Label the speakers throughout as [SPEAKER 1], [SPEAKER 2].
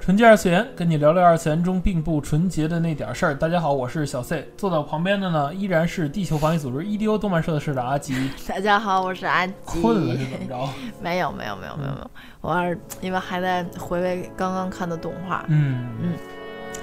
[SPEAKER 1] 纯洁二次元，跟你聊聊二次元中并不纯洁的那点事儿。大家好，我是小 C，坐到我旁边的呢依然是地球防卫组织 EDO 动漫社的社长阿吉。
[SPEAKER 2] 大家好，我是阿吉。
[SPEAKER 1] 困了是嗯怎么着？
[SPEAKER 2] 没有没有没有没有没有，我是因为还在回味刚刚看的动画，
[SPEAKER 1] 嗯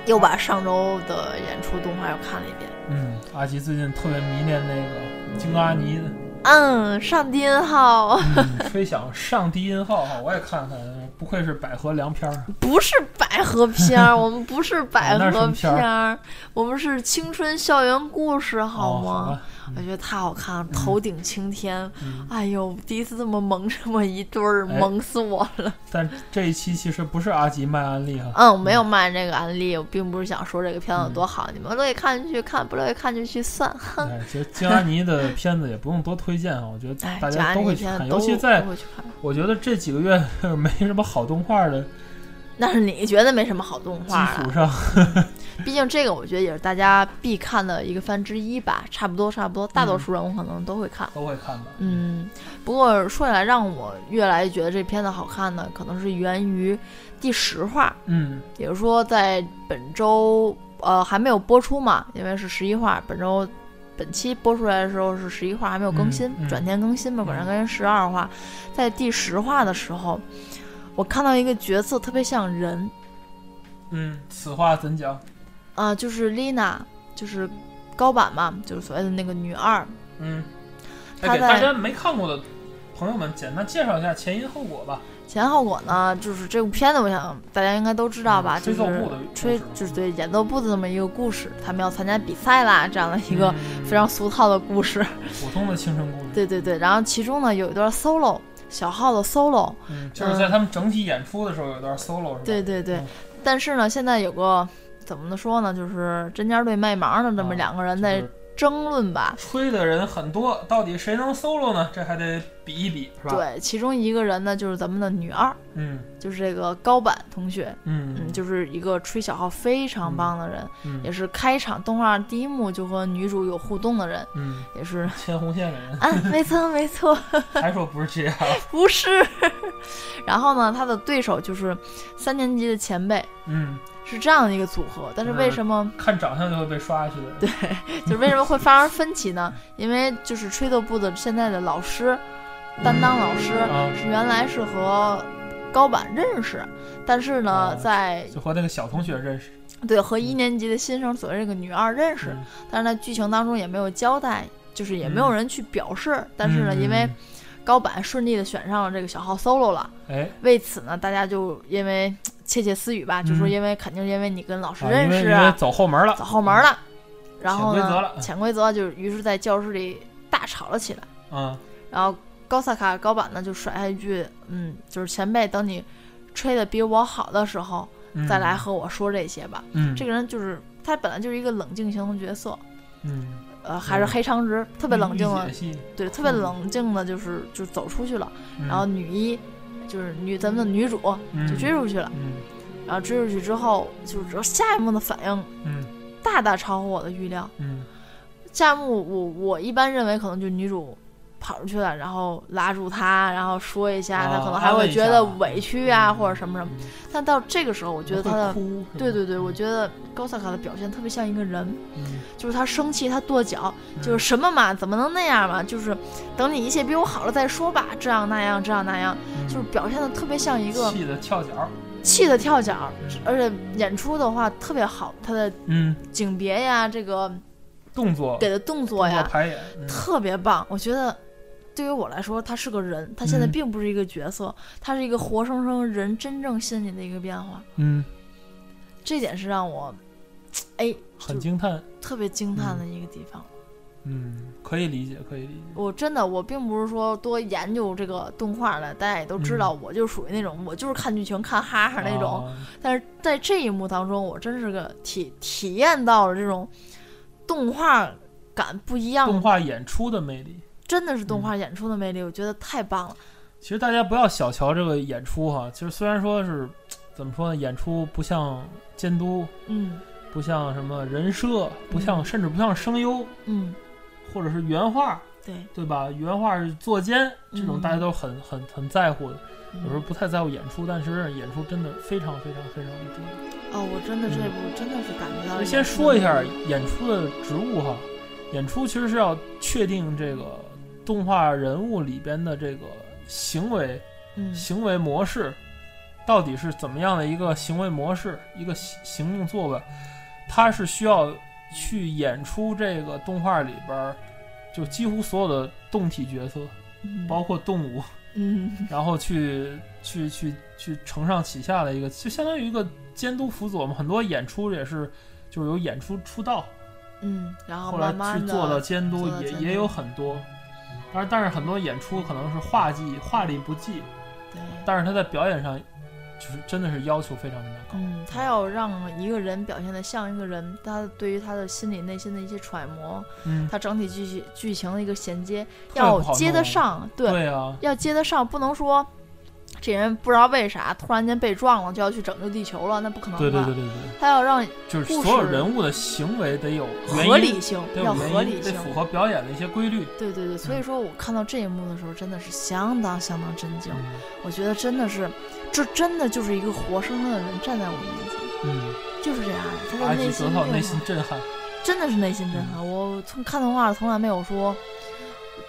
[SPEAKER 2] 又把上周的演出动画又看了一遍。
[SPEAKER 1] 嗯，阿吉最近特别迷恋那个京阿尼的，
[SPEAKER 2] 嗯，上低音号
[SPEAKER 1] 嗯，吹响上低音号哈，我也看看，不愧是百合良片儿。
[SPEAKER 2] 不是百合 片儿，我们不是百
[SPEAKER 1] 啊那是什
[SPEAKER 2] 合
[SPEAKER 1] 么片儿
[SPEAKER 2] 儿，我们是青春校园故事，
[SPEAKER 1] 哦
[SPEAKER 2] 好啊
[SPEAKER 1] 好
[SPEAKER 2] 吗
[SPEAKER 1] 吧？
[SPEAKER 2] 我觉得太好看了，头顶青天
[SPEAKER 1] 嗯，
[SPEAKER 2] 哎呦，第一次这么萌这么一对儿，
[SPEAKER 1] 哎
[SPEAKER 2] 萌死我了。
[SPEAKER 1] 但这一期其实不是阿吉卖啊安利哈，
[SPEAKER 2] 嗯，我没有卖这个案例，我并不是想说这个片子有
[SPEAKER 1] 嗯
[SPEAKER 2] 多好，你们乐意看就去看，不乐意看就去散。哼，
[SPEAKER 1] 哎， 其实京阿尼的片子也不用多推荐啊，我觉得
[SPEAKER 2] 哎，
[SPEAKER 1] 大
[SPEAKER 2] 家
[SPEAKER 1] 家都会去
[SPEAKER 2] 片
[SPEAKER 1] 看，
[SPEAKER 2] 子
[SPEAKER 1] 尤
[SPEAKER 2] 都
[SPEAKER 1] 其在
[SPEAKER 2] 都会去嗯看。
[SPEAKER 1] 我觉得这几个月没什么好动画的
[SPEAKER 2] 但是你觉得没什么好动
[SPEAKER 1] 基
[SPEAKER 2] 画
[SPEAKER 1] 础
[SPEAKER 2] 了，
[SPEAKER 1] 上，
[SPEAKER 2] 毕竟这个我觉得也是大家必看的一个番之一吧，差不多差不多，大
[SPEAKER 1] 嗯
[SPEAKER 2] 多数人我可能都会看。
[SPEAKER 1] 都会看的。
[SPEAKER 2] 嗯，不过说起来，让我越来越觉得这片子好看呢，可能是源于第十话，
[SPEAKER 1] 嗯
[SPEAKER 2] 也就是说，在本周呃还没有播出嘛，因为是十一话，本周本期播出来的时候是十一话，还没有更新，
[SPEAKER 1] 嗯嗯
[SPEAKER 2] 转天更新嘛，
[SPEAKER 1] 嗯
[SPEAKER 2] 转天更新十二话，在第十话的时候，我看到一个角色特别像人
[SPEAKER 1] 嗯，此话怎讲？
[SPEAKER 2] 啊、就是 Lina，就是高坂嘛，就是所谓的那个女二，
[SPEAKER 1] 嗯，哎，
[SPEAKER 2] 他
[SPEAKER 1] 给
[SPEAKER 2] 在
[SPEAKER 1] 大家没看过的朋友们简单介绍一下前因后果吧。
[SPEAKER 2] 前后果呢，就是这部片子，我想大家应该都知道吧，
[SPEAKER 1] 嗯
[SPEAKER 2] 就
[SPEAKER 1] 吹
[SPEAKER 2] 是
[SPEAKER 1] 奏部的
[SPEAKER 2] 吹
[SPEAKER 1] 故事
[SPEAKER 2] 就是对演奏部的这么一个故事，他们要参加比赛啦，这样的一个
[SPEAKER 1] 嗯
[SPEAKER 2] 非常俗套的故事。
[SPEAKER 1] 普通的青春故事，
[SPEAKER 2] 对对对，然后其中呢有一段 solo，小号的 solo，
[SPEAKER 1] 嗯，就是在他们整体演出的时候有段 solo 是吧？
[SPEAKER 2] 对对对
[SPEAKER 1] 嗯。
[SPEAKER 2] 但是呢，现在有个怎么说呢，就是针尖对麦芒的这么
[SPEAKER 1] 啊
[SPEAKER 2] 两个人
[SPEAKER 1] 就
[SPEAKER 2] 在
[SPEAKER 1] 是
[SPEAKER 2] 争论吧。
[SPEAKER 1] 吹的人很多，到底谁能 solo 呢？这还得比一比是吧？，
[SPEAKER 2] 对，其中一个人呢就是咱们的女二，
[SPEAKER 1] 嗯
[SPEAKER 2] 就是这个高坂同学，嗯，
[SPEAKER 1] 嗯
[SPEAKER 2] 就是一个吹小号非常棒的人，也
[SPEAKER 1] 嗯
[SPEAKER 2] 是开场动画第一幕就和女主有互动的人，
[SPEAKER 1] 嗯，
[SPEAKER 2] 也是
[SPEAKER 1] 牵红线的 人
[SPEAKER 2] 啊，没错没 错，
[SPEAKER 1] 还说不是这样，
[SPEAKER 2] 不是。 然后呢，他的对手就是三年级的前辈，
[SPEAKER 1] 嗯，
[SPEAKER 2] 是这样的一个组合，但是为什么、
[SPEAKER 1] 看长相就会被刷下去的人，
[SPEAKER 2] 就是为什么会发生分歧呢？因为就是吹奏部的现在的老师，担当老师
[SPEAKER 1] 啊
[SPEAKER 2] 是原来是和高坂认识，但是呢，
[SPEAKER 1] 啊
[SPEAKER 2] 在
[SPEAKER 1] 就和那个小同学认识，
[SPEAKER 2] 对和一年级的新生所谓这个女二认识，
[SPEAKER 1] 嗯
[SPEAKER 2] 但是在剧情当中也没有交代，就是也没有人去表示。但是呢，
[SPEAKER 1] 嗯
[SPEAKER 2] 因为高坂顺利的选上了这个小号 solo 了，
[SPEAKER 1] 哎，
[SPEAKER 2] 为此呢，大家就因为窃窃私语吧，就说
[SPEAKER 1] 嗯
[SPEAKER 2] 因为肯定是因为你跟老师
[SPEAKER 1] 啊
[SPEAKER 2] 认
[SPEAKER 1] 因为
[SPEAKER 2] 识
[SPEAKER 1] 因为走后门了，
[SPEAKER 2] 走后门了，然后呢，
[SPEAKER 1] 嗯潜规则了
[SPEAKER 2] 潜规则就是于是在教室里大吵了起来，
[SPEAKER 1] 嗯，
[SPEAKER 2] 然后高萨卡高板呢就甩下一句，嗯，就是前辈，等你吹的比我好的时候，
[SPEAKER 1] 嗯
[SPEAKER 2] 再来，和我说这些吧。
[SPEAKER 1] 嗯，
[SPEAKER 2] 这
[SPEAKER 1] 个，
[SPEAKER 2] 个人就是他本来就是一个冷静型的角色，
[SPEAKER 1] 嗯，
[SPEAKER 2] 呃，还是黑长直，特别冷静啊
[SPEAKER 1] 御
[SPEAKER 2] 的
[SPEAKER 1] 姐，系，
[SPEAKER 2] 对，特别冷静的，就是就走出去了，
[SPEAKER 1] 嗯
[SPEAKER 2] 然后女一。就是女咱们的女主就追，出去了，
[SPEAKER 1] 嗯
[SPEAKER 2] 然后追出去之后，就是下一幕的反应
[SPEAKER 1] 嗯
[SPEAKER 2] 大大超乎我的预料，
[SPEAKER 1] 嗯
[SPEAKER 2] 夏目，我我一般认为可能就女主跑出去了，然后拉住他，然后说一下，
[SPEAKER 1] 啊
[SPEAKER 2] 他可能还会觉得
[SPEAKER 1] 安慰一下
[SPEAKER 2] 委屈啊，
[SPEAKER 1] 嗯
[SPEAKER 2] 或者什么什么。
[SPEAKER 1] 嗯，
[SPEAKER 2] 但到这个时候，我觉得他
[SPEAKER 1] 会
[SPEAKER 2] 的，
[SPEAKER 1] 哭是吧
[SPEAKER 2] 对对对，我觉得高萨卡的表现特别像一个人，
[SPEAKER 1] 嗯
[SPEAKER 2] 就是他生气，他跺脚，就是什么嘛，怎么能那样嘛？就是等你一切比我好了再说吧，这样那样，这样那样，
[SPEAKER 1] 嗯
[SPEAKER 2] 就是表现的特别像一个
[SPEAKER 1] 气的跳脚，
[SPEAKER 2] 气得跳脚，而且演出的话特别好，他的
[SPEAKER 1] 嗯，
[SPEAKER 2] 景别呀，这个
[SPEAKER 1] 动作，
[SPEAKER 2] 给的动
[SPEAKER 1] 动
[SPEAKER 2] 作
[SPEAKER 1] 作
[SPEAKER 2] 呀，
[SPEAKER 1] 排演，嗯
[SPEAKER 2] 特别棒。我觉得对于我来说，他是个人，他现在
[SPEAKER 1] 嗯
[SPEAKER 2] 并不是一个角色，他是一个活生生人真正心理的一个变化。
[SPEAKER 1] 嗯，
[SPEAKER 2] 这点是让我，哎，
[SPEAKER 1] 很惊叹，
[SPEAKER 2] 特别惊叹的一个地方。
[SPEAKER 1] 嗯，可以理解，可以理解。
[SPEAKER 2] 我真的我并不是说多研究这个动画的，大家也都知
[SPEAKER 1] 嗯
[SPEAKER 2] 道，我就属于那种、我就是看剧情看哈哈那种。
[SPEAKER 1] 啊
[SPEAKER 2] 但是在这一幕当中，我真是个体体验到了这种动画感不一样
[SPEAKER 1] 动
[SPEAKER 2] 的，
[SPEAKER 1] 画嗯演出的魅力。
[SPEAKER 2] 真的是动画演出的魅力，我觉得太棒了。
[SPEAKER 1] 其实大家不要小瞧这个演出哈，其实虽然说是怎么说呢，演出不像监督，
[SPEAKER 2] 嗯
[SPEAKER 1] 不像什么人设，不像、甚至不像声优
[SPEAKER 2] 嗯，
[SPEAKER 1] 或者是原画，
[SPEAKER 2] 对，
[SPEAKER 1] 对吧？原画是作监这种
[SPEAKER 2] 嗯
[SPEAKER 1] 大家都很、很很在乎的，
[SPEAKER 2] 嗯
[SPEAKER 1] 有时候不太在乎演出，但是演出真的非常非常非常的重要。
[SPEAKER 2] 哦，我真的这部真的是感觉到了演出的魅力。
[SPEAKER 1] 嗯先说一下演出的职务哈，演出其实是要确定这个动画人物里边的这个行为
[SPEAKER 2] 嗯，
[SPEAKER 1] 行为模式，到底是怎么样的一个行为模式，一个行行动作为，它是需要去演出这个动画里边儿就几乎所有的动体角色，
[SPEAKER 2] 嗯
[SPEAKER 1] 包括动物，
[SPEAKER 2] 嗯
[SPEAKER 1] 然后去去去去承上启下的一个，就相当于一个监督辅佐嘛。很多演出也是，就是由演出出道，
[SPEAKER 2] 嗯，然后
[SPEAKER 1] 后来
[SPEAKER 2] 慢慢
[SPEAKER 1] 去
[SPEAKER 2] 的
[SPEAKER 1] 做到监督
[SPEAKER 2] 做，到
[SPEAKER 1] 也
[SPEAKER 2] 监督
[SPEAKER 1] 也有很多。但是但是很多演出可能是画技画力不济，
[SPEAKER 2] 对，
[SPEAKER 1] 但是他在表演上，就是真的是要求非常非常高。
[SPEAKER 2] 嗯，他要让一个人表现的像一个人，他对于他的心理内心的一些揣摩，
[SPEAKER 1] 嗯，
[SPEAKER 2] 他整体剧情剧情的一个衔接
[SPEAKER 1] 特别
[SPEAKER 2] 要
[SPEAKER 1] 不好
[SPEAKER 2] 接得
[SPEAKER 1] 弄
[SPEAKER 2] 上，对，
[SPEAKER 1] 对啊，
[SPEAKER 2] 要接得上，不能说这人不知道为啥突然间被撞了就要去拯救地球了，那不可能
[SPEAKER 1] 对
[SPEAKER 2] 的。
[SPEAKER 1] 对对对对，
[SPEAKER 2] 他要让
[SPEAKER 1] 就是
[SPEAKER 2] 故事
[SPEAKER 1] 所有人物的行为得有原因
[SPEAKER 2] 合理，性，
[SPEAKER 1] 得有
[SPEAKER 2] 要合
[SPEAKER 1] 原因，
[SPEAKER 2] 理
[SPEAKER 1] 得
[SPEAKER 2] 性，
[SPEAKER 1] 符合嗯表演的一些规律。
[SPEAKER 2] 对对对。所以说我看到这一幕的时候，真的是相当相当震惊。
[SPEAKER 1] 嗯
[SPEAKER 2] 我觉得真的是，这真的就是一个活生生的人站在我面前，
[SPEAKER 1] 嗯，
[SPEAKER 2] 就是这样的。他
[SPEAKER 1] 阿
[SPEAKER 2] 的
[SPEAKER 1] 吉
[SPEAKER 2] 内
[SPEAKER 1] 泽
[SPEAKER 2] 心
[SPEAKER 1] 套
[SPEAKER 2] 震
[SPEAKER 1] 内
[SPEAKER 2] 撼
[SPEAKER 1] 心嗯震撼。
[SPEAKER 2] 真的是内心震撼。我从看动画从来没有说，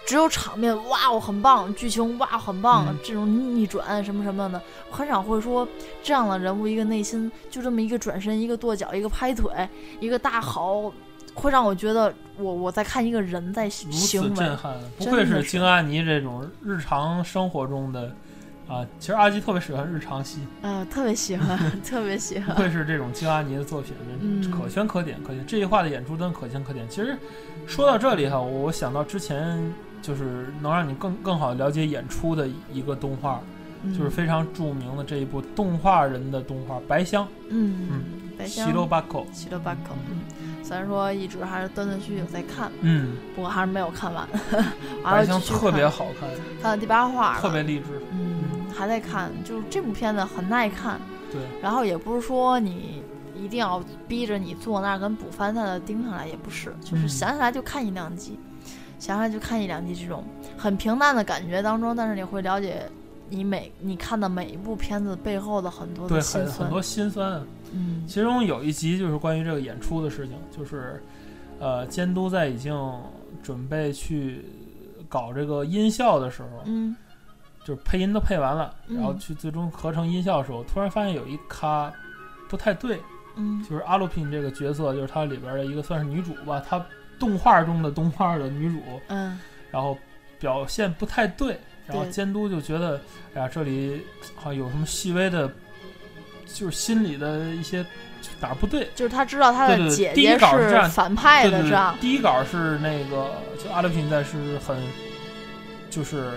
[SPEAKER 2] 只有场面哇我很棒，剧情哇很棒，
[SPEAKER 1] 嗯
[SPEAKER 2] 这种逆转什么什么的，我很少会说这样的人物一个内心就这么一个转身，一个跺脚，一个拍腿，一个大吼，会让我觉得我我在看一个人在
[SPEAKER 1] 如此
[SPEAKER 2] 行
[SPEAKER 1] 震
[SPEAKER 2] 为。
[SPEAKER 1] 撼，不
[SPEAKER 2] 真
[SPEAKER 1] 愧
[SPEAKER 2] 的
[SPEAKER 1] 是
[SPEAKER 2] 是
[SPEAKER 1] 京阿尼这种日常生活中的啊。其实阿基特别喜欢日常戏，
[SPEAKER 2] 呃，特别 喜欢，特别喜
[SPEAKER 1] 不
[SPEAKER 2] 欢。
[SPEAKER 1] 愧是这种京阿尼的作品，这
[SPEAKER 2] 嗯
[SPEAKER 1] 可圈可点，可圈。这一话的演出真可圈可点。其实说到这里哈，我想到之前就是能让你更更好地了解演出的一个动画，
[SPEAKER 2] 嗯
[SPEAKER 1] 就是非常著名的这一部动画人的动画《白香
[SPEAKER 2] 嗯嗯，白》
[SPEAKER 1] 西
[SPEAKER 2] 香
[SPEAKER 1] 罗巴口。
[SPEAKER 2] 喜乐巴克，嗯，虽然说一直还是断断续续有在看，
[SPEAKER 1] 嗯，
[SPEAKER 2] 不过还是没有看 完。还
[SPEAKER 1] 白
[SPEAKER 2] 要
[SPEAKER 1] 香
[SPEAKER 2] 继续
[SPEAKER 1] 特别
[SPEAKER 2] 看
[SPEAKER 1] 好看，
[SPEAKER 2] 看到第八话了，
[SPEAKER 1] 特别励志。
[SPEAKER 2] 嗯，还在看，就是这部片子很耐看，
[SPEAKER 1] 对，
[SPEAKER 2] 然后也不是说你一定要逼着你坐那儿跟捕翻蛋的盯上来，也不是，就是
[SPEAKER 1] 嗯
[SPEAKER 2] 想起来就看一两集，想起来就看一两集这种很平淡的感觉当中，但是你会了解你每你看的每一部片子背后的很多
[SPEAKER 1] 对，
[SPEAKER 2] 的辛
[SPEAKER 1] 很很
[SPEAKER 2] 酸，
[SPEAKER 1] 多心酸啊。
[SPEAKER 2] 嗯
[SPEAKER 1] 其中有一集就是关于这个演出的事情，就是，呃，监督在已经准备去搞这个音效的时候，
[SPEAKER 2] 嗯
[SPEAKER 1] 就是配音都配完了，
[SPEAKER 2] 嗯
[SPEAKER 1] 然后去最终合成音效的时候，突然发现有一咖不太对，
[SPEAKER 2] 嗯
[SPEAKER 1] 就是阿鲁品这个角色，就是它里边的一个算是女主吧，她动画中的动画的女主，
[SPEAKER 2] 嗯
[SPEAKER 1] 然后表现不太对，然后
[SPEAKER 2] 对
[SPEAKER 1] 监督就觉得，哎呀，这里好像有什么细微的，就是心里的一些就哪儿不对。
[SPEAKER 2] 就是他知道他
[SPEAKER 1] 对
[SPEAKER 2] 的
[SPEAKER 1] 对
[SPEAKER 2] 姐
[SPEAKER 1] 第一
[SPEAKER 2] 姐
[SPEAKER 1] 稿是这样
[SPEAKER 2] 反派
[SPEAKER 1] 对
[SPEAKER 2] 的
[SPEAKER 1] 对
[SPEAKER 2] 这
[SPEAKER 1] 对
[SPEAKER 2] 样，，
[SPEAKER 1] 第一稿是那个，就阿德平在是很，就是，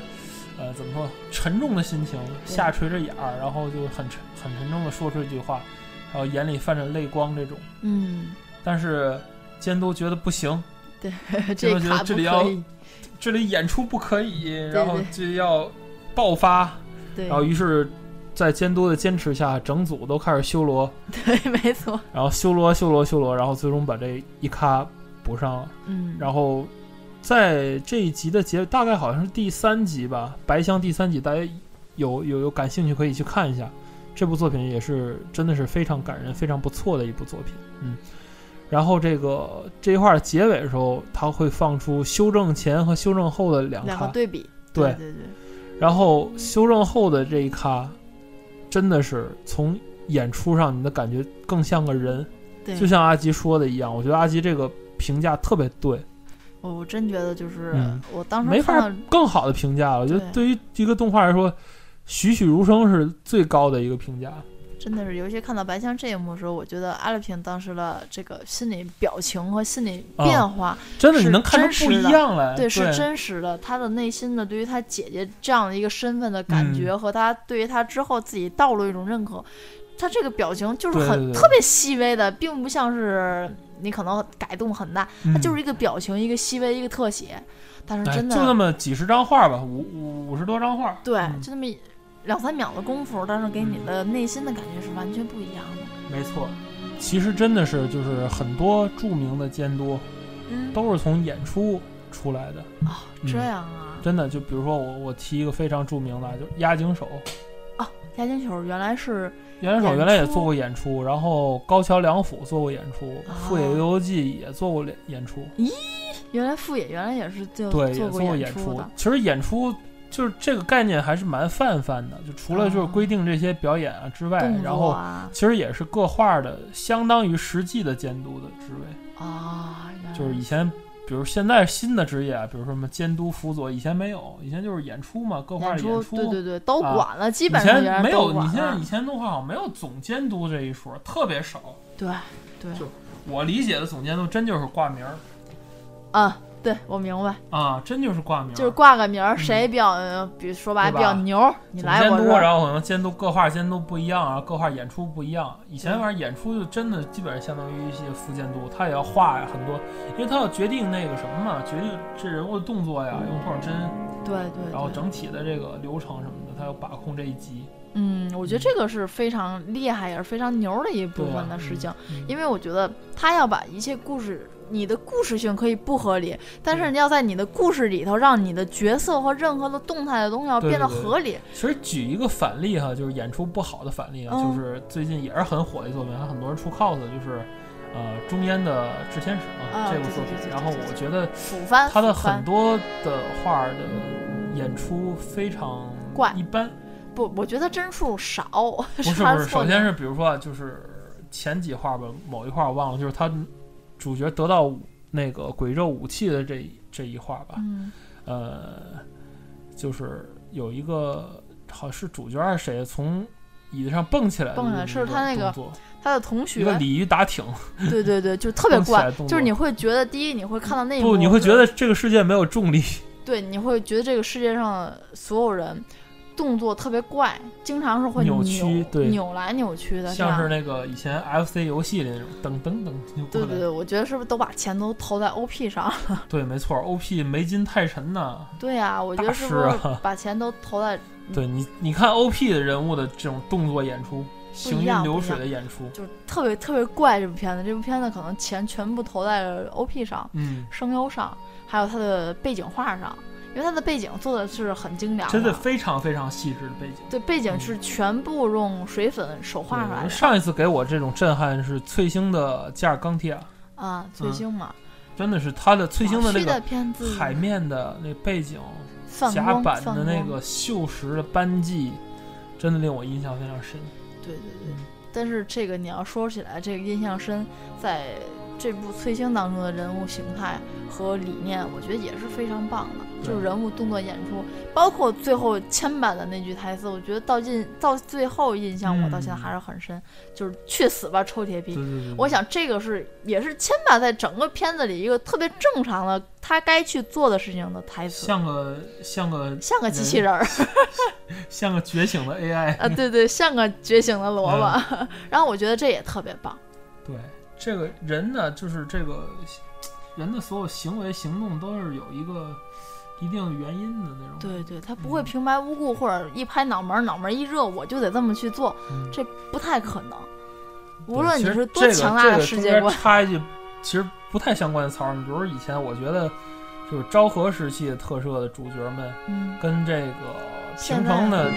[SPEAKER 1] 呃，怎么说，沉重的心情，
[SPEAKER 2] 对
[SPEAKER 1] 下垂着眼儿，然后就很沉很沉重的说出一句话，然后眼里泛着泪光这种。
[SPEAKER 2] 嗯，
[SPEAKER 1] 但是监督觉得不行，
[SPEAKER 2] 这
[SPEAKER 1] 觉得
[SPEAKER 2] 卡
[SPEAKER 1] 这
[SPEAKER 2] 不
[SPEAKER 1] 里要
[SPEAKER 2] 可以，
[SPEAKER 1] 这里演出不可以，然后
[SPEAKER 2] 对
[SPEAKER 1] 就要爆发，
[SPEAKER 2] 对
[SPEAKER 1] 然 后于是，在监督的坚持下，整组都开始修罗，
[SPEAKER 2] 对，没错，
[SPEAKER 1] 然后修罗修罗修罗，然后最终把这一咖补上了。
[SPEAKER 2] 嗯，
[SPEAKER 1] 然后在这一集的结，大概好像是第三集吧，《白香》第三集，大家有有有感兴趣可以去看一下。这部作品也是真的是非常感人、非常不错的一部作品。嗯，然后这个这一块儿结尾的时候，他会放出修正前和修正后的两
[SPEAKER 2] 两个
[SPEAKER 1] 咖，
[SPEAKER 2] 对比，
[SPEAKER 1] 对
[SPEAKER 2] 对对。
[SPEAKER 1] 然后修正后的这一咖，真的是从演出上你的感觉更像个人，
[SPEAKER 2] 对，
[SPEAKER 1] 就像阿吉说的一样，我觉得阿吉这个评价特别对。
[SPEAKER 2] 我我真觉得就是、
[SPEAKER 1] 嗯
[SPEAKER 2] 我当时
[SPEAKER 1] 没
[SPEAKER 2] 看
[SPEAKER 1] 法
[SPEAKER 2] 到，
[SPEAKER 1] 更好的评价了。我觉得对于一个动画来说，栩栩如生是最高的一个评价。
[SPEAKER 2] 真的是，尤其看到白香这一幕的时候，我觉得阿丽萍当时的这个心理表情和心理
[SPEAKER 1] 啊
[SPEAKER 2] 变化，
[SPEAKER 1] 真的你
[SPEAKER 2] 是
[SPEAKER 1] 能看
[SPEAKER 2] 真
[SPEAKER 1] 出不
[SPEAKER 2] 实
[SPEAKER 1] 一
[SPEAKER 2] 的
[SPEAKER 1] 样来，
[SPEAKER 2] 对，
[SPEAKER 1] 对，
[SPEAKER 2] 是真实的。他的内心的对于他姐姐这样的一个身份的
[SPEAKER 1] 嗯
[SPEAKER 2] 感觉，和他对于他之后自己道路一种认可，他这个表情就是
[SPEAKER 1] 对
[SPEAKER 2] 很
[SPEAKER 1] 对对
[SPEAKER 2] 特别细微的，并不像是你可能改动很大，
[SPEAKER 1] 嗯，
[SPEAKER 2] 它就是一个表情，一个细微，一个特写。但是
[SPEAKER 1] 哎
[SPEAKER 2] 真的，
[SPEAKER 1] 就那么几十张画吧，五五五十多张画，
[SPEAKER 2] 对，
[SPEAKER 1] 嗯
[SPEAKER 2] 就那么一两三秒的功夫，但是给你的内心的感觉是完全不一样的。
[SPEAKER 1] 没错。其实真的是就是很多著名的监督
[SPEAKER 2] 嗯，
[SPEAKER 1] 都嗯是从演出出来的，
[SPEAKER 2] 哦，这样啊。
[SPEAKER 1] 真的就比如说我我提一个非常著名的，就是押井守，
[SPEAKER 2] 哦，押井守原来是
[SPEAKER 1] 原来手
[SPEAKER 2] 演
[SPEAKER 1] 原来也
[SPEAKER 2] 出
[SPEAKER 1] 做过演出，然后高桥良辅做过演出，
[SPEAKER 2] 哦
[SPEAKER 1] 富野由悠季也做过演演出，
[SPEAKER 2] 原来副野原来也是就
[SPEAKER 1] 对，也
[SPEAKER 2] 呃做
[SPEAKER 1] 做
[SPEAKER 2] 过
[SPEAKER 1] 过
[SPEAKER 2] 演
[SPEAKER 1] 出
[SPEAKER 2] 的。。
[SPEAKER 1] 其实演出就是这个概念还是蛮泛泛的，就除了就是
[SPEAKER 2] 哦
[SPEAKER 1] 规定这些表演啊之外，
[SPEAKER 2] 动
[SPEAKER 1] 然
[SPEAKER 2] 作
[SPEAKER 1] 后
[SPEAKER 2] 啊
[SPEAKER 1] 其实也是各画的相当于实际的监督的职位，
[SPEAKER 2] 啊，原来
[SPEAKER 1] 就是以前。比如现在新的职业啊，比如说什么监督、辅佐，以前没有，以前就是演出嘛，各画
[SPEAKER 2] 演
[SPEAKER 1] 的演出。
[SPEAKER 2] 对对对，都
[SPEAKER 1] 啊
[SPEAKER 2] 管了，基
[SPEAKER 1] 以
[SPEAKER 2] 本上原
[SPEAKER 1] 前
[SPEAKER 2] 来
[SPEAKER 1] 没
[SPEAKER 2] 都
[SPEAKER 1] 有，
[SPEAKER 2] 管
[SPEAKER 1] 你现在
[SPEAKER 2] 了
[SPEAKER 1] 以。前动画好像没有总监督这一说，特别少。
[SPEAKER 2] 对对
[SPEAKER 1] 就我理解的总监督真就是挂名儿
[SPEAKER 2] 啊，对我明白，
[SPEAKER 1] 啊，真就是挂名儿，
[SPEAKER 2] 就是挂个名儿，
[SPEAKER 1] 嗯
[SPEAKER 2] 谁比较，呃比如说白
[SPEAKER 1] 对
[SPEAKER 2] 比
[SPEAKER 1] 吧
[SPEAKER 2] 较牛儿，你
[SPEAKER 1] 总
[SPEAKER 2] 来
[SPEAKER 1] 监
[SPEAKER 2] 我
[SPEAKER 1] 督，
[SPEAKER 2] 这儿。
[SPEAKER 1] 然后可能监督各画监督不一样啊，各画演出不一样。以前反正演出就真的基本上相当于一些副监督，他也要画很多，因为他要决定那个什么嘛，决定这人物的动作呀，用多少帧，
[SPEAKER 2] 对对，
[SPEAKER 1] 然后
[SPEAKER 2] 对
[SPEAKER 1] 整体的这个流程什么的，他要把控这一集。
[SPEAKER 2] 嗯，我觉得这个是非常厉害，也是非常牛的一部
[SPEAKER 1] 对啊
[SPEAKER 2] 分的事情，
[SPEAKER 1] 嗯
[SPEAKER 2] 因为我觉得他要把一切故事，你的故事性可以不合理，但是
[SPEAKER 1] 对
[SPEAKER 2] 你要在你的故事里头，让你的角色和任何的动态的东西要
[SPEAKER 1] 对
[SPEAKER 2] 变得
[SPEAKER 1] 对对
[SPEAKER 2] 合理。
[SPEAKER 1] 其实举一个反例哈，就是演出不好的反例啊，
[SPEAKER 2] 嗯
[SPEAKER 1] 就是最近也是很火的一作品，还很多人出 cos，就是呃中间的《炽天使》嘛
[SPEAKER 2] 啊
[SPEAKER 1] 这部
[SPEAKER 2] 对
[SPEAKER 1] 作
[SPEAKER 2] 对对
[SPEAKER 1] 品。
[SPEAKER 2] 对
[SPEAKER 1] 然后我觉得
[SPEAKER 2] 补番，
[SPEAKER 1] 他的
[SPEAKER 2] 补番
[SPEAKER 1] 很多的画儿的演出非常
[SPEAKER 2] 怪
[SPEAKER 1] 一般，
[SPEAKER 2] 不，我觉得帧数少，
[SPEAKER 1] 不
[SPEAKER 2] 不
[SPEAKER 1] 是不是，首先是比如说啊，就是前几画吧，某一画我忘了，就是他主角得到那个鬼咒武器的这一这一画吧，
[SPEAKER 2] 嗯
[SPEAKER 1] 呃，就是有一个好像是主角还是谁从椅子上蹦起来的
[SPEAKER 2] 蹦起来
[SPEAKER 1] 一
[SPEAKER 2] 是他那个
[SPEAKER 1] 动作
[SPEAKER 2] 他的同
[SPEAKER 1] 一
[SPEAKER 2] 学
[SPEAKER 1] 个，鲤鱼打挺，
[SPEAKER 2] 对对对，就特别
[SPEAKER 1] 蹦起来
[SPEAKER 2] 怪
[SPEAKER 1] 的动，
[SPEAKER 2] 就
[SPEAKER 1] 作
[SPEAKER 2] 是你会觉得第一你会看到那一幕
[SPEAKER 1] 不，
[SPEAKER 2] 是，
[SPEAKER 1] 你会觉得这个世界没有重力，
[SPEAKER 2] 对，你会觉得这个世界上的所有人动作特别怪，经常是会
[SPEAKER 1] 扭曲对
[SPEAKER 2] 扭来扭去的，
[SPEAKER 1] 像
[SPEAKER 2] 这
[SPEAKER 1] 是
[SPEAKER 2] 样。
[SPEAKER 1] 那个以前 FC 游戏里那种噔噔噔就过
[SPEAKER 2] 对
[SPEAKER 1] 来
[SPEAKER 2] 对对，我觉得是不是都把钱都投在 OP 上？
[SPEAKER 1] 对，没错，OP 没金太沉呐。
[SPEAKER 2] 对呀、我觉
[SPEAKER 1] 大
[SPEAKER 2] 得是
[SPEAKER 1] 师
[SPEAKER 2] 不是
[SPEAKER 1] 啊
[SPEAKER 2] 把钱都投在
[SPEAKER 1] 对你，你看 OP 的人物的这种动作演出，行
[SPEAKER 2] 一
[SPEAKER 1] 云
[SPEAKER 2] 样
[SPEAKER 1] 流
[SPEAKER 2] 不一
[SPEAKER 1] 水
[SPEAKER 2] 样
[SPEAKER 1] 的演出，
[SPEAKER 2] 就是特别特别怪这部片子，这部片子可能钱全部投在了 OP 上。
[SPEAKER 1] 嗯，
[SPEAKER 2] 声优上，还有它的背景画上，因为它的背景做的是很精良
[SPEAKER 1] 真的非常非常细致的背景。
[SPEAKER 2] 对，背景是全部用水粉手画啊出来
[SPEAKER 1] 对
[SPEAKER 2] 的
[SPEAKER 1] 上一次给我这种震撼是翠星的《加尔钢铁》，
[SPEAKER 2] 啊，翠星嘛，
[SPEAKER 1] 真的是它的翠嗯星的
[SPEAKER 2] 往
[SPEAKER 1] 那
[SPEAKER 2] 期啊的嗯
[SPEAKER 1] 个
[SPEAKER 2] 片子
[SPEAKER 1] 海面的那背景，
[SPEAKER 2] 泛
[SPEAKER 1] 甲
[SPEAKER 2] 光
[SPEAKER 1] 板
[SPEAKER 2] 泛
[SPEAKER 1] 的那
[SPEAKER 2] 光
[SPEAKER 1] 个锈蚀的斑迹，真的令我印象非常深。
[SPEAKER 2] 对对对
[SPEAKER 1] 嗯。
[SPEAKER 2] 但是这个你要说起来，这个印象深，在这部《翠星》当中的人物形态和理念，我觉得也是非常棒的。
[SPEAKER 1] 对
[SPEAKER 2] 就是人物动作演出，包括最后牵绊的那句台词，我觉得到进到最后印象我到现
[SPEAKER 1] 嗯
[SPEAKER 2] 在还是很深，就是“去死吧，臭铁皮
[SPEAKER 1] 对”对对，对
[SPEAKER 2] 我想这个是也是千把在整个片子里一个特别正常的他该去做的事情的台词，
[SPEAKER 1] 像个像个
[SPEAKER 2] 像个机器人儿
[SPEAKER 1] 像个觉醒的 AI。
[SPEAKER 2] 啊，对对，像个觉醒的萝卜。
[SPEAKER 1] 嗯
[SPEAKER 2] 然后我觉得这也特别棒，
[SPEAKER 1] 对，这个人呢，就是这个人的所有行为行动都是有一个一定的原因的那种。
[SPEAKER 2] 对对，他不会平白无故或者一拍脑门儿脑门儿一热我就得这么去做，
[SPEAKER 1] 嗯，
[SPEAKER 2] 这不太可能。
[SPEAKER 1] 对
[SPEAKER 2] 无论
[SPEAKER 1] 其
[SPEAKER 2] 你
[SPEAKER 1] 实
[SPEAKER 2] 是
[SPEAKER 1] 这
[SPEAKER 2] 多
[SPEAKER 1] 个
[SPEAKER 2] 强大的
[SPEAKER 1] 这个
[SPEAKER 2] 世
[SPEAKER 1] 中
[SPEAKER 2] 界
[SPEAKER 1] 间
[SPEAKER 2] 观，
[SPEAKER 1] 插一句，其实不太相关的槽儿。你比如以前，我觉得就是昭和时期的特摄的主角们
[SPEAKER 2] 嗯，
[SPEAKER 1] 跟这个
[SPEAKER 2] 现
[SPEAKER 1] 平
[SPEAKER 2] 在
[SPEAKER 1] 成的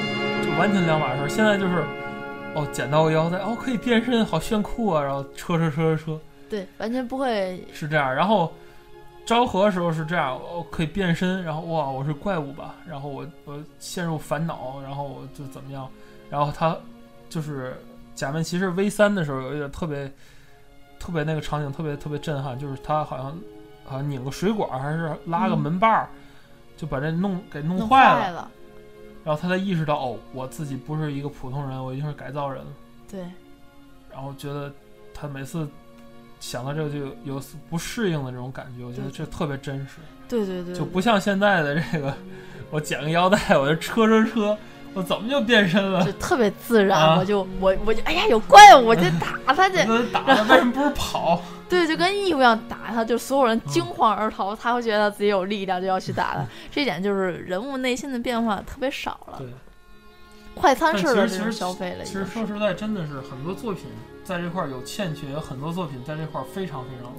[SPEAKER 1] 就完全两码事儿。现在就是哦，剪刀个腰带，哦，可以变身，好炫酷啊！然后车车车车车
[SPEAKER 2] 对，完全不会，
[SPEAKER 1] 是这样，然后。昭和时候是这样，我可以变身，然后哇，我是怪物吧，然后我我陷入烦恼，然后我就怎么样，然后他就是假面骑士 V 三的时候有一个特别特别那个场景特别特别震撼，就是他好像好像拧个水管还是拉个
[SPEAKER 2] 嗯
[SPEAKER 1] 门把儿，就把这弄给弄
[SPEAKER 2] 弄
[SPEAKER 1] 坏
[SPEAKER 2] 坏
[SPEAKER 1] 了
[SPEAKER 2] 了。
[SPEAKER 1] 然后他才意识到哦，我自己不是一个普通人，我一定是改造人了。
[SPEAKER 2] 对，
[SPEAKER 1] 然后觉得他每次想到这个就有有丝不适应的这种感觉，我觉得
[SPEAKER 2] 对
[SPEAKER 1] 这特别真实，
[SPEAKER 2] 对对对，
[SPEAKER 1] 就不像现在的这个， 我剪个腰带，我就车车车，我怎么就变身了
[SPEAKER 2] 就？特别自然，
[SPEAKER 1] 啊
[SPEAKER 2] 我就我我就哎呀有怪物，我 就打他去，
[SPEAKER 1] 那打了为什么不是跑？
[SPEAKER 2] 对，就跟义务一样打他，就所有人惊慌而逃，他会觉得自己有力量就要去打他，这一点就是人物内心的变化特别少了
[SPEAKER 1] 嗯对，
[SPEAKER 2] 快餐
[SPEAKER 1] 但
[SPEAKER 2] 式
[SPEAKER 1] 其
[SPEAKER 2] 的
[SPEAKER 1] 实
[SPEAKER 2] 这
[SPEAKER 1] 其
[SPEAKER 2] 种
[SPEAKER 1] 实
[SPEAKER 2] 消费了已
[SPEAKER 1] 其
[SPEAKER 2] 经
[SPEAKER 1] 实
[SPEAKER 2] 是，
[SPEAKER 1] 说实在，真的是很多作品在这块儿有欠缺，很多作品在这块儿非常非常好。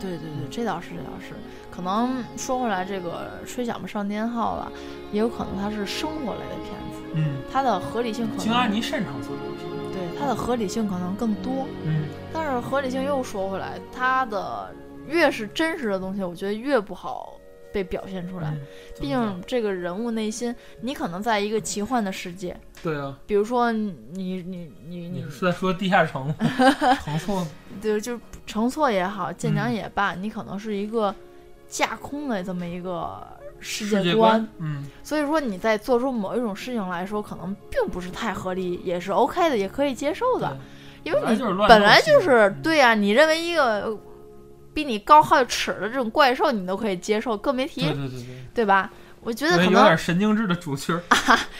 [SPEAKER 2] 对对对，这倒是这倒是，可能说回来这个《吹响吧上天号》吧，也有可能它是生活类的片子，
[SPEAKER 1] 嗯，
[SPEAKER 2] 它的合理性可
[SPEAKER 1] 京阿
[SPEAKER 2] 能
[SPEAKER 1] 尼擅长做这个片子。
[SPEAKER 2] 对它的合理性可能更多，
[SPEAKER 1] 嗯，
[SPEAKER 2] 但是合理性又说回来，它的越是真实的东西，我觉得越不好被表现出来。
[SPEAKER 1] 嗯
[SPEAKER 2] 毕竟这个人物内心，你可能在一个奇幻的世界，
[SPEAKER 1] 对啊，
[SPEAKER 2] 比如说你你你你
[SPEAKER 1] 你是在说地下城 吗？城错
[SPEAKER 2] 对，就是乘错也好，舰
[SPEAKER 1] 嗯
[SPEAKER 2] 长也罢，你可能是一个架空的这么一个世
[SPEAKER 1] 世界
[SPEAKER 2] 观，
[SPEAKER 1] 观，嗯，
[SPEAKER 2] 所以说你在做出某一种事情来说，可能并不是太合理，也是 OK 的，也可以接受的，因为
[SPEAKER 1] 本来
[SPEAKER 2] 你
[SPEAKER 1] 就是乱，
[SPEAKER 2] 本来就是，
[SPEAKER 1] 嗯
[SPEAKER 2] 对呀、你认为一个比你高好几尺的这种怪兽你都可以接受，更别提
[SPEAKER 1] 对对对对，
[SPEAKER 2] 对吧？我觉得
[SPEAKER 1] 我
[SPEAKER 2] 可
[SPEAKER 1] 有
[SPEAKER 2] 能啊
[SPEAKER 1] 点神经质的主角儿，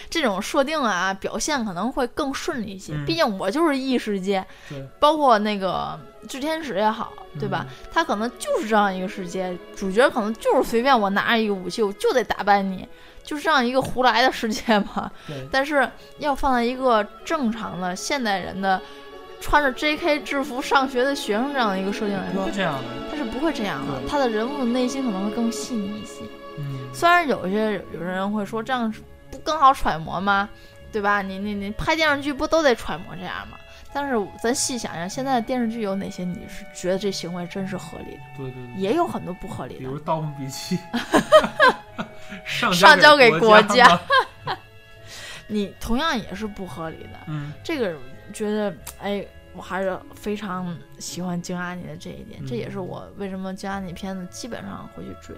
[SPEAKER 2] 这种设定啊，表现可能会更顺利一些。
[SPEAKER 1] 嗯
[SPEAKER 2] 毕竟我就是异世界，
[SPEAKER 1] 对
[SPEAKER 2] 包括那个炽天使也好，对吧？？他可能就是这样一个世界，主角可能就是随便我拿着一个武器，我就得打败你，就是这样一个胡来的世界嘛。
[SPEAKER 1] 嗯
[SPEAKER 2] 但是要放在一个正常的现代人的穿着 J.K. 制服上学的学生这样的一个设定来
[SPEAKER 1] 对，不
[SPEAKER 2] 说
[SPEAKER 1] 嗯会，这样的，
[SPEAKER 2] 他是不会这样的，
[SPEAKER 1] 对
[SPEAKER 2] 他的人物的内心可能会更细腻一些。
[SPEAKER 1] 嗯，
[SPEAKER 2] 虽然有些有人会说这样是不更好揣摩吗？对吧？你你你拍电视剧不都得揣摩这样吗？但是咱细想想，现在的电视剧有哪些你是觉得这行为真是合理的？
[SPEAKER 1] 对对对，
[SPEAKER 2] 也有很多不合理
[SPEAKER 1] 比
[SPEAKER 2] 的
[SPEAKER 1] 如。《盗墓笔记》 上
[SPEAKER 2] 上交给国
[SPEAKER 1] 家
[SPEAKER 2] 家
[SPEAKER 1] 嘛，
[SPEAKER 2] 你同样也是不合理的。
[SPEAKER 1] 嗯，
[SPEAKER 2] 这个觉得，哎，我还是非常喜欢京阿尼的这一点，
[SPEAKER 1] 嗯
[SPEAKER 2] 这也是我为什么京阿尼片子基本上会去追，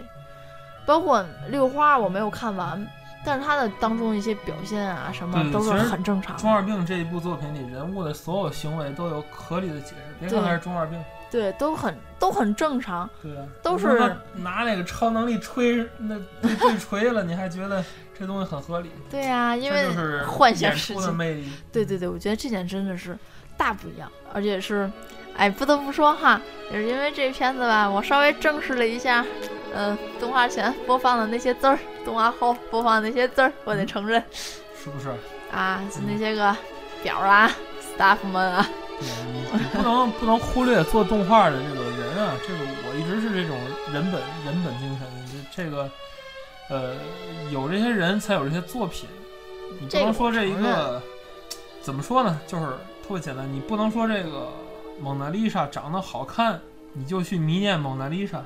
[SPEAKER 2] 包括六花我没有看完，但是它的当中一些表现啊什么
[SPEAKER 1] 对对
[SPEAKER 2] 都
[SPEAKER 1] 嗯
[SPEAKER 2] 是
[SPEAKER 1] 其实
[SPEAKER 2] 很正常
[SPEAKER 1] 《
[SPEAKER 2] 的
[SPEAKER 1] 中二病》这一部作品里，人物的所有行为都有合理的解释，别看他是中二病，
[SPEAKER 2] 对，都很都很正常，
[SPEAKER 1] 对啊，
[SPEAKER 2] 都是
[SPEAKER 1] 你说他拿那个超能力吹那对对锤了，你还觉得这东西很合理？
[SPEAKER 2] 对呀、因为
[SPEAKER 1] 这就是
[SPEAKER 2] 幻想
[SPEAKER 1] 演
[SPEAKER 2] 世
[SPEAKER 1] 出
[SPEAKER 2] 界
[SPEAKER 1] 的魅力，
[SPEAKER 2] 对对对，我觉得这点真的是大不一样，而且是，哎，不得不说哈，也是因为这片子吧，我稍微正视了一下，嗯、动画前播放的那些字儿，动画后播放的那些字儿，我得承认、
[SPEAKER 1] 是不是？
[SPEAKER 2] 啊，是那些个表啊、staff 们啊，
[SPEAKER 1] 对你你嗯不能不能忽略做动画的这个人啊，这个我一直是这种人本人本精神，这这个呃有这些人才有这些作品，你不
[SPEAKER 2] 这个
[SPEAKER 1] 能说这一
[SPEAKER 2] 我承
[SPEAKER 1] 个怎么说呢，就是特别简单，你不能说这个蒙娜丽莎长得好看，你就去迷恋蒙娜丽 莎，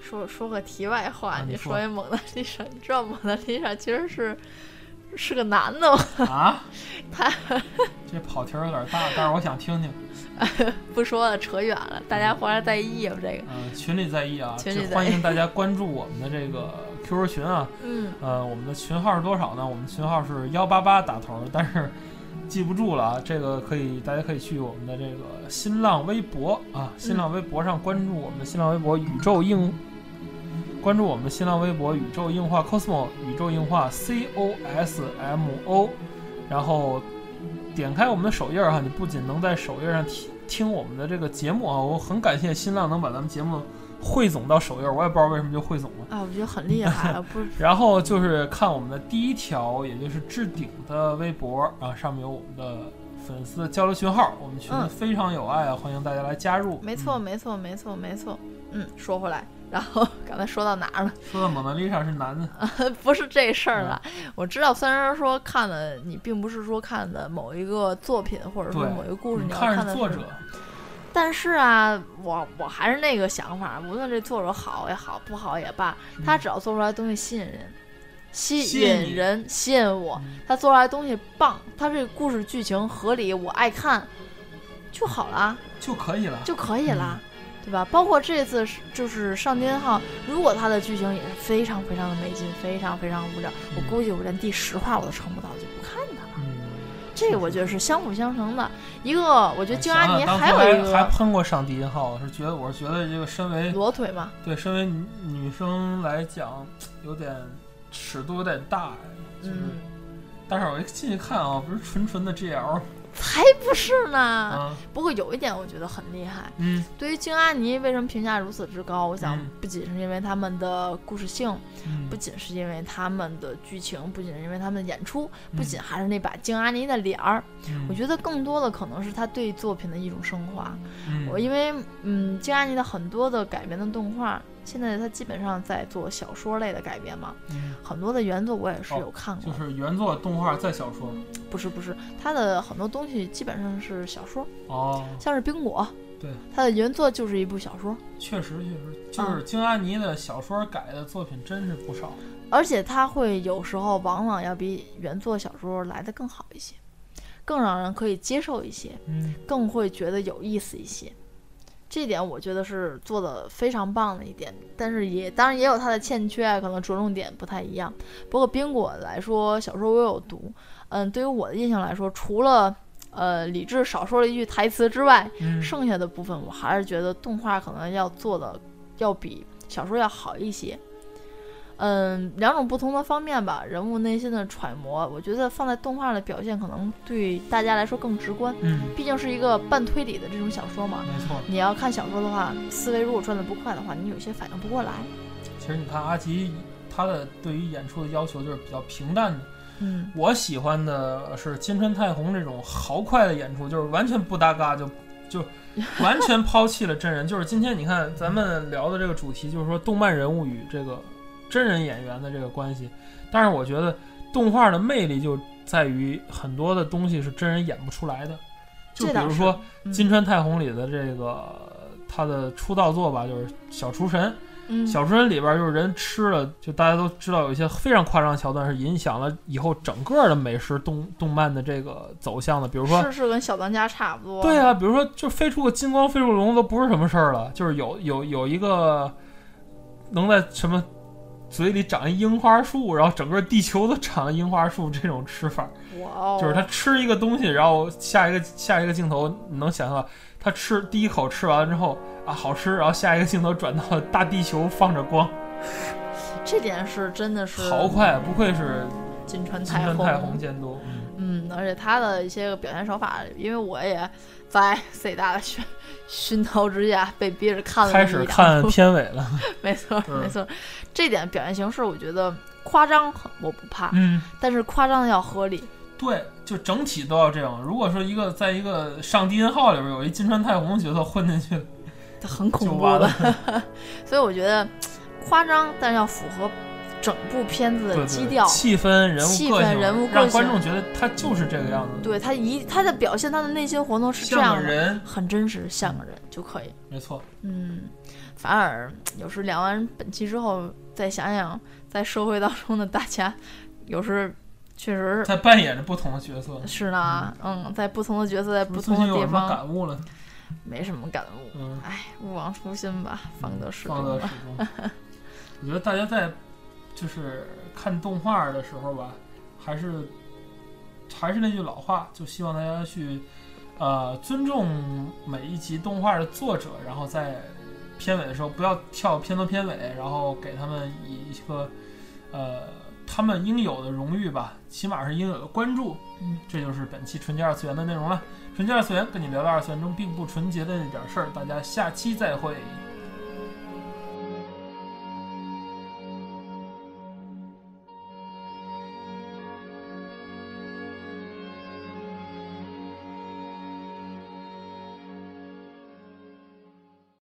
[SPEAKER 2] 说说个题外话，
[SPEAKER 1] 啊你
[SPEAKER 2] 你
[SPEAKER 1] 说
[SPEAKER 2] 说一蒙娜丽莎，你知道蒙娜丽莎其实是是个男的吗？
[SPEAKER 1] 啊，
[SPEAKER 2] 他
[SPEAKER 1] 这跑题儿有点大，但是我想听听。
[SPEAKER 2] 不说了，扯远了，大家回来再议吧这个，
[SPEAKER 1] 嗯、群里在意啊，
[SPEAKER 2] 群
[SPEAKER 1] 这
[SPEAKER 2] 里在意
[SPEAKER 1] 欢迎大家关注我们的这个 QQ 群啊。
[SPEAKER 2] 嗯，
[SPEAKER 1] 呃，我们的群号是多少呢？我们群号是幺八八打头，但是记不住了啊。这个可以，大家可以去我们的这个新浪微博啊，新浪微博上关注我们的新浪微博宇宙硬，关注我们的新浪微博宇宙硬化 cosmo 宇宙硬化 c o s m o，然后点开我们的首页儿哈、你不仅能在首页上听听我们的这个节目啊，我很感谢新浪能把咱们节目汇总到首页儿，我也不知道为什么就汇总了。
[SPEAKER 2] 啊，我觉得很厉害了，不是
[SPEAKER 1] 然后就是看我们的第一条，也就是置顶的微博啊，上面有我们的粉丝的交流群号，我们群
[SPEAKER 2] 嗯
[SPEAKER 1] 非常有爱啊，欢迎大家来加入。
[SPEAKER 2] 没错，
[SPEAKER 1] 嗯，
[SPEAKER 2] 没错，没错，没错。嗯，说回来，然后刚才说到哪儿了？
[SPEAKER 1] 说到蒙娜丽莎是男的，
[SPEAKER 2] 不是这事儿了。
[SPEAKER 1] 嗯
[SPEAKER 2] 我知道，虽然说看了你，并不是说看的某一个作品，或者说
[SPEAKER 1] 对
[SPEAKER 2] 某一个故事，
[SPEAKER 1] 你
[SPEAKER 2] 你要
[SPEAKER 1] 看
[SPEAKER 2] 看
[SPEAKER 1] 是
[SPEAKER 2] 的
[SPEAKER 1] 作
[SPEAKER 2] 是
[SPEAKER 1] 者，
[SPEAKER 2] 但是啊，我我还是那个想法，无论这作者好也好，不好也罢，他
[SPEAKER 1] 嗯
[SPEAKER 2] 只要做出来的东西吸引人，吸
[SPEAKER 1] 吸引你
[SPEAKER 2] 引人，吸引我，
[SPEAKER 1] 嗯
[SPEAKER 2] 他做出来的东西棒，他这个故事剧情合理，我爱看就好了啊。
[SPEAKER 1] 就可以了。
[SPEAKER 2] 就可以啦，
[SPEAKER 1] 嗯
[SPEAKER 2] 对吧？包括这次是就是上天号，如果它的剧情也是非常非常的没劲，非常非常无聊，我
[SPEAKER 1] 嗯
[SPEAKER 2] 估计我连第十话我都撑不到，我就不看它
[SPEAKER 1] 嗯，
[SPEAKER 2] 了。这个我觉得是相辅相成的。一个我觉得京
[SPEAKER 1] 想
[SPEAKER 2] 阿
[SPEAKER 1] 想哎
[SPEAKER 2] 尼
[SPEAKER 1] 啊当初
[SPEAKER 2] 还有一
[SPEAKER 1] 还
[SPEAKER 2] 个
[SPEAKER 1] 喷过上帝一号，是觉得我是觉得这个身为
[SPEAKER 2] 裸腿嘛，
[SPEAKER 1] 对身为女女生来讲，有点尺度有点大，就是。
[SPEAKER 2] 嗯，
[SPEAKER 1] 但是我一进去看啊，不是纯纯的啊 GL
[SPEAKER 2] 才不是呢。
[SPEAKER 1] 啊，
[SPEAKER 2] 不过有一点我觉得很厉害，
[SPEAKER 1] 嗯
[SPEAKER 2] 对于京阿尼为什么评价如此之高，我想
[SPEAKER 1] 嗯
[SPEAKER 2] 不仅是因为他们的故事性，
[SPEAKER 1] 嗯
[SPEAKER 2] 不仅是因为他们的剧情，不仅是因为他们的演出，
[SPEAKER 1] 嗯
[SPEAKER 2] 不仅还是那把京阿尼的脸儿，
[SPEAKER 1] 嗯
[SPEAKER 2] 我觉得更多的可能是他对作品的一种升华。
[SPEAKER 1] 嗯
[SPEAKER 2] 我因为嗯，京阿尼的很多的改编的动画，现在他基本上在做小说类的改编嘛，
[SPEAKER 1] 嗯
[SPEAKER 2] 很多的原作我也是
[SPEAKER 1] 哦
[SPEAKER 2] 有看过
[SPEAKER 1] 就
[SPEAKER 2] 的，
[SPEAKER 1] 是原作动画再小说
[SPEAKER 2] 不是不是，他的很多东西基本上是小说，
[SPEAKER 1] 哦，
[SPEAKER 2] 像是冰果，
[SPEAKER 1] 对，
[SPEAKER 2] 他的原作就是一部小说，
[SPEAKER 1] 确实确实，就是京阿尼的小说改的作品真是不少。
[SPEAKER 2] 而且他会有时候往往要比原作小说来的更好一些，更让人可以接受一些，
[SPEAKER 1] 嗯
[SPEAKER 2] 更会觉得有意思一些。这一点我觉得是做的非常棒的一点，但是也当然也有它的欠缺，啊可能着重点不太一样。不过冰果来说，小说我有读，嗯，对于我的印象来说，除了呃李志少说了一句台词之外，
[SPEAKER 1] 嗯
[SPEAKER 2] 剩下的部分我还是觉得动画可能要做的要比小说要好一些。嗯，两种不同的方面吧，人物内心的揣摩，我觉得放在动画的表现可能对大家来说更直观。
[SPEAKER 1] 嗯，
[SPEAKER 2] 毕竟是一个半推理的这种小说嘛。
[SPEAKER 1] 没错。
[SPEAKER 2] 你要看小说的话，思维如果转得不快的话，你有些反应不过来。
[SPEAKER 1] 其实你看阿吉，他的对于演出的要求就是比较平淡的。
[SPEAKER 2] 嗯，
[SPEAKER 1] 我喜欢的是金川太宏这种豪快的演出，就是完全不搭嘎就。就完全抛弃了真人，就是今天你看咱们聊的这个主题，就是说动漫人物与这个真人演员的这个关系。但是我觉得动画的魅力就在于很多的东西是真人演不出来的，就
[SPEAKER 2] 这
[SPEAKER 1] 比
[SPEAKER 2] 倒
[SPEAKER 1] 如
[SPEAKER 2] 是
[SPEAKER 1] 说
[SPEAKER 2] 嗯
[SPEAKER 1] 金川太宏里的这个他的出道作吧，就是《小厨神》。
[SPEAKER 2] 嗯
[SPEAKER 1] 《小厨神》里边就是人吃了，就大家都知道有一些非常夸张的桥段是影响了以后整个的美食动动漫的这个走向的。比如说，
[SPEAKER 2] 是是跟小当家差不多。
[SPEAKER 1] 对，啊，比如说就飞出个金光飞出个龙都不是什么事儿了，就是有有有一个能在什么嘴里长一樱花树，然后整个地球都长了樱花树这种吃法。
[SPEAKER 2] 哇哦，
[SPEAKER 1] 就是他吃一个东西，然后下一个下一个镜头，你能想象到他吃第一口吃完了之后啊好吃，然后下一个镜头转到大地球放着光，
[SPEAKER 2] 这点是真的是
[SPEAKER 1] 豪快，不愧是
[SPEAKER 2] 金川
[SPEAKER 1] 金
[SPEAKER 2] 太
[SPEAKER 1] 川
[SPEAKER 2] 宏。
[SPEAKER 1] 太宏监督。
[SPEAKER 2] 嗯，而且他的一些个表现手法，因为我也在 C 大的熏熏陶之下被逼着看了
[SPEAKER 1] 开
[SPEAKER 2] 那么
[SPEAKER 1] 始
[SPEAKER 2] 一两
[SPEAKER 1] 看
[SPEAKER 2] 部
[SPEAKER 1] 片尾了，
[SPEAKER 2] 没错
[SPEAKER 1] 嗯
[SPEAKER 2] 没错，这点表现形式我觉得夸张我不怕，
[SPEAKER 1] 嗯，
[SPEAKER 2] 但是夸张的要合理。
[SPEAKER 1] 对，就整体都要这样。如果说一个在一个上低音号里边有一金川太宏角色混进去，
[SPEAKER 2] 很
[SPEAKER 1] 就
[SPEAKER 2] 恐怖
[SPEAKER 1] 完
[SPEAKER 2] 的， 所以我觉得夸张，但要符合整部片子
[SPEAKER 1] 对
[SPEAKER 2] 的
[SPEAKER 1] 对
[SPEAKER 2] 基
[SPEAKER 1] 对，
[SPEAKER 2] 调。
[SPEAKER 1] 气氛、人
[SPEAKER 2] 气
[SPEAKER 1] 物
[SPEAKER 2] 氛
[SPEAKER 1] 个性，啊
[SPEAKER 2] 人物个
[SPEAKER 1] 让
[SPEAKER 2] 性
[SPEAKER 1] 观众觉得他就是这个样子，
[SPEAKER 2] 对他一他的表现，他的内心活动是这
[SPEAKER 1] 像
[SPEAKER 2] 样
[SPEAKER 1] 个
[SPEAKER 2] 的，
[SPEAKER 1] 人，
[SPEAKER 2] 很真实，像个人就可以。
[SPEAKER 1] 没错，
[SPEAKER 2] 嗯，反而有时聊完本期之后，再想想在社会当中的大家，有时确实
[SPEAKER 1] 在扮演着不同的角色。
[SPEAKER 2] 是呢，嗯，在不同的角色，在
[SPEAKER 1] 是不
[SPEAKER 2] 不
[SPEAKER 1] 是最
[SPEAKER 2] 同
[SPEAKER 1] 近
[SPEAKER 2] 的
[SPEAKER 1] 有
[SPEAKER 2] 地
[SPEAKER 1] 什么
[SPEAKER 2] 方，
[SPEAKER 1] 感悟了？
[SPEAKER 2] 没什么感悟。
[SPEAKER 1] 嗯。
[SPEAKER 2] 哎，勿忘初心吧，方得始
[SPEAKER 1] 放到
[SPEAKER 2] 终吧。
[SPEAKER 1] 始终。我觉得大家在就是看动画的时候吧，还是还是那句老话，就希望大家去呃尊重每一集动画的作者，然后在片尾的时候不要跳片头片尾，然后给他们以一个呃他们应有的荣誉吧，起码是应有的关注。
[SPEAKER 2] 嗯，
[SPEAKER 1] 这就是本期纯洁二次元的内容了。纯洁二次元跟你聊聊二次元中并不纯洁的那点事儿，大家下期再会。